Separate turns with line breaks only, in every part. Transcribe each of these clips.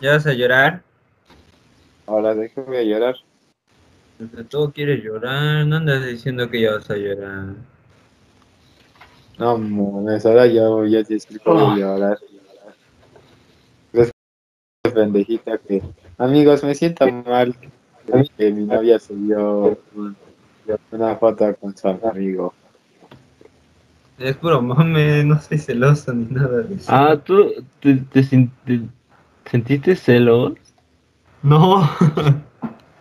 ¿Ya vas a llorar?
Ahora déjame llorar.
Entre todo quieres llorar, no andas diciendo que ya vas a llorar.
No, mames, ahora yo ya te explico
Ah.
de llorar. Es que pendejita que... Amigos, me siento mal que mi novia subió una foto con su amigo.
Es puro mame, no soy celoso ni nada de eso.
Ah, ¿tú te, te sen- te sentiste celos?
No,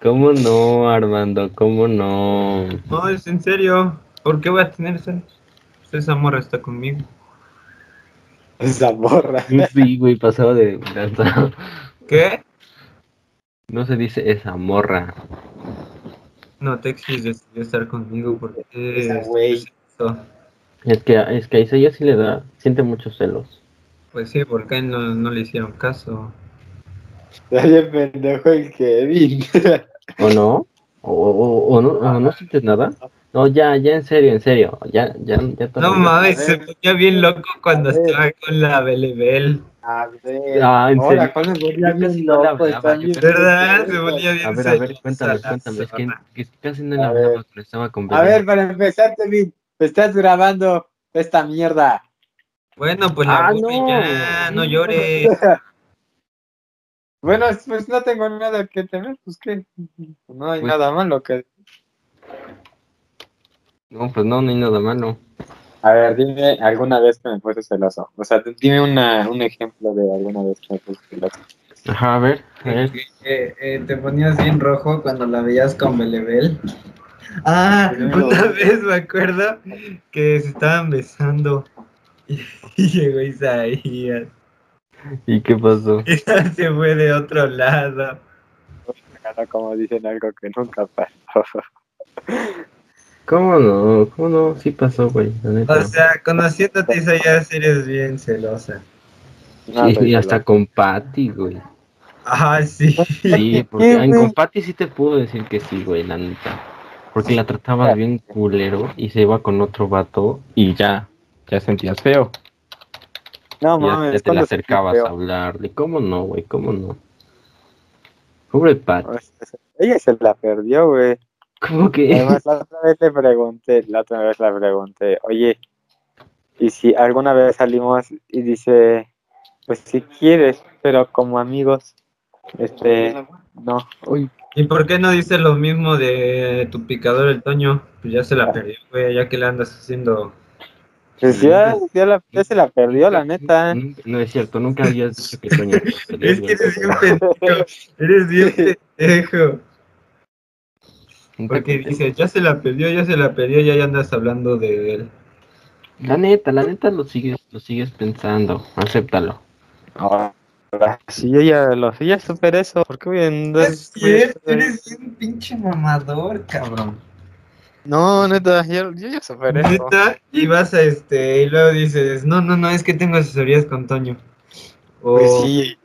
¿Cómo no, Armando? ¿Cómo no?
no, es en serio. ¿Por qué voy a tener celos? Pues Esa morra está conmigo.
Esa morra.
Sí, güey, pasaba de lanza.
¿Qué?
No se dice esa morra.
No, Texas decidió estar conmigo porque...
Esa güey.
eso.
Es que, es que a Isaías sí le da, siente muchos celos.
Pues sí, porque a él no, no le hicieron caso.
Oye, pendejo el Kevin.
¿O no? ¿O, o- o no, o no sientes nada? No, ya, ya, en serio, en serio. Ya, ya, ya. te
No
arreglo.
mames,
A
se
ver.
ponía bien loco cuando
A ver.
estaba con la Belebel.
A ver.
Ah, ¿en
Hola,
serio?
¿cuándo volvía
Yo casi
bien
no la
loco?
hablaba,
Están
yo
bien
casi-
¿Verdad? Se
pendejos.
ponía bien
A ver, a ver,
celosa
cuéntanos,
la
cuéntanos. Es que,
zorra.
que casi no
A
le
ver.
hablaba, pero estaba con
A ver, para empezar, Kevin, te estás grabando esta mierda.
Bueno, pues la
Ah,
borra
no.
ya, no llores.
Bueno, pues no tengo nada que temer, pues qué. No hay
Pues-
nada malo que.
No, pues no, no hay nada malo.
A ver, dime alguna vez que me puse celoso. O sea, dime una, un ejemplo de alguna vez que me puse celoso.
Ajá, a ver, a ver.
Eh, eh, te ponías bien rojo cuando la veías con Belebel. Ah,
Primero.
una vez me acuerdo que se estaban besando y, y llegó Isaías.
¿Y qué pasó?
Y se fue de otro lado.
Claro, Como dicen algo que nunca pasó.
¿Cómo no? ¿Cómo no? Sí pasó, güey. la neta.
O sea, conociéndote Isaías eres bien celosa.
No,
y,
soy
y hasta con Patty, güey.
Ah, sí.
Sí, porque en con Patty sí te puedo decir que sí, güey, la neta. Porque la tratabas bien culero y se iba con otro vato y ya, ya sentías feo.
celoso. no
Ya- ya,
mames,
te le
¿cuándo sentí
acercabas
feo?
a hablarle. ¿Cómo no, güey? ¿Cómo no? Pobre Patty.
O sea, Ella se la perdió, güey.
¿Cómo que?
Además, la otra vez le pregunté, la otra vez la pregunté, oye, ¿y si alguna vez salimos y dice, pues si quieres, pero como amigos, este, no, uy,
¿Y por qué no dices lo mismo de tu picador el Toño? Pues ya se la perdió, güey, ya que le andas haciendo...
pues ya, ya, la- ya se la perdió, la neta.
Nunca- No es cierto, nunca habías dicho que Toño. era feliz,
Es
güey.
que eres bien pendejo, eres bien pendejo.
Nunca
Porque
conté.
dices, ya se la perdió, ya se la perdió, ya, ya andas hablando de él.
La neta, la neta lo sigues, lo sigues pensando. Acéptalo.
Ahora, sí, yo ya lo sí, ya superé eso, ¿por qué voy a andar- voy a-
un pinche mamador, cabrón.
No, neta, yo, yo ya superé eso.
Neta, y vas a este, y luego dices, no, no, no, es que tengo asesorías con Toño. O...
Pues sí,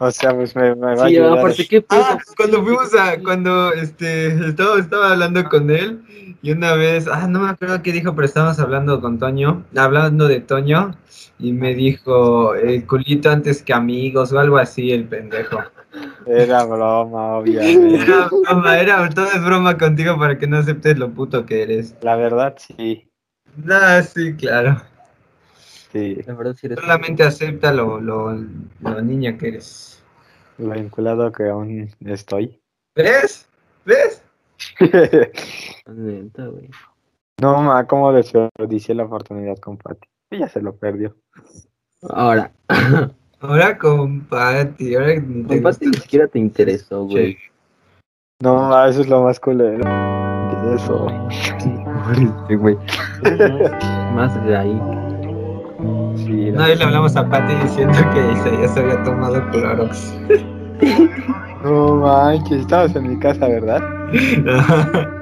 o sea, pues me, me va a
Sí,
ayudar.
aparte, ¿qué
Ah,
pedo?
cuando fuimos a, cuando este, estaba, estaba hablando con él y una vez, ah, no me acuerdo qué dijo, pero estábamos hablando con Toño, hablando de Toño y me dijo, el culito antes que amigos o algo así, el pendejo.
Era broma, obviamente.
Era broma, era, todo es broma contigo para que no aceptes lo puto que eres.
La verdad, sí,
Ah, sí, claro.
sí.
La verdad, sí eres.
Solamente acepta lo, lo, lo niña que eres.
Lo vinculado que aún estoy.
¿Ves? ¿Ves?
La neta, güey.
no, ma, cómo desperdicié la oportunidad con Patty. Ella se lo perdió.
Ahora,
Ahora con Patty, ahora ni te
con Pati ni siquiera te interesó, güey.
No, ma, eso es lo más culero. de Eso.
Sí, güey. Más gay.
Sí,
Una
la-
vez le hablamos a Patty diciendo que Isaías había tomado Clorox.
no manches, estabas en mi casa, ¿verdad?
Ajá.